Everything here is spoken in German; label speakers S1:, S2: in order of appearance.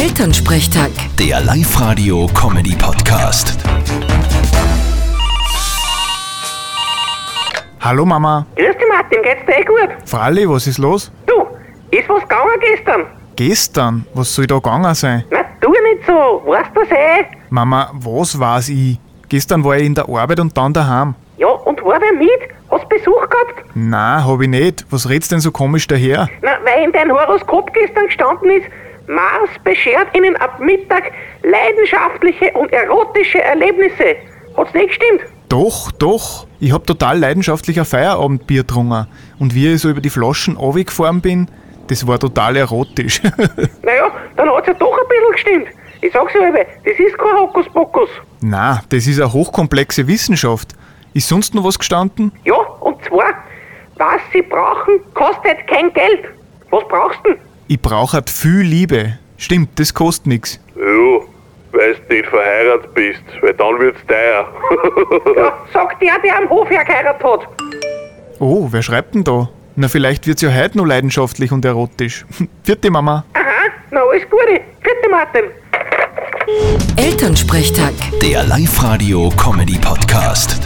S1: Elternsprechtag.
S2: Der Live-Radio-Comedy-Podcast.
S3: Hallo Mama.
S4: Grüß dich Martin, geht's dir eh gut?
S3: Fralli, was ist los?
S4: Du, ist was gegangen gestern?
S3: Gestern, was soll da gegangen sein?
S4: Na, tu nicht so, weißt du das eh?
S3: Mama, was weiß ich? Gestern war ich in der Arbeit und dann daheim.
S4: Ja, und war wer mit? Hast Besuch gehabt?
S3: Na, hab ich nicht. Was redst denn so komisch daher?
S4: Na, weil in dein Horoskop gestern gestanden ist, Mars beschert Ihnen ab Mittag leidenschaftliche und erotische Erlebnisse. Hat's nicht gestimmt?
S3: Doch, doch. Ich hab total leidenschaftlich ein Feierabendbier getrunken. Und wie ich so über die Flaschen runtergefahren bin, das war total erotisch.
S4: Naja, dann hat's ja doch ein bisschen gestimmt. Ich sag's euch, das ist kein Hokuspokus.
S3: Na, das ist eine hochkomplexe Wissenschaft. Ist sonst noch was gestanden?
S4: Ja, und zwar, was Sie brauchen, kostet kein Geld. Was brauchst du denn?
S3: Ich brauch halt viel Liebe. Stimmt, das kostet nix.
S5: Ja, weil du nicht verheiratet bist, weil dann wird's teuer.
S4: Ja, sagt der, der am Hof hergeheiratet hat.
S3: Oh, wer schreibt denn da? Na, vielleicht wird's ja heute noch leidenschaftlich und erotisch. Vierte Mama.
S4: Aha, na alles Gute. Vierte Martin.
S1: Elternsprechtag.
S2: Der Live-Radio-Comedy-Podcast.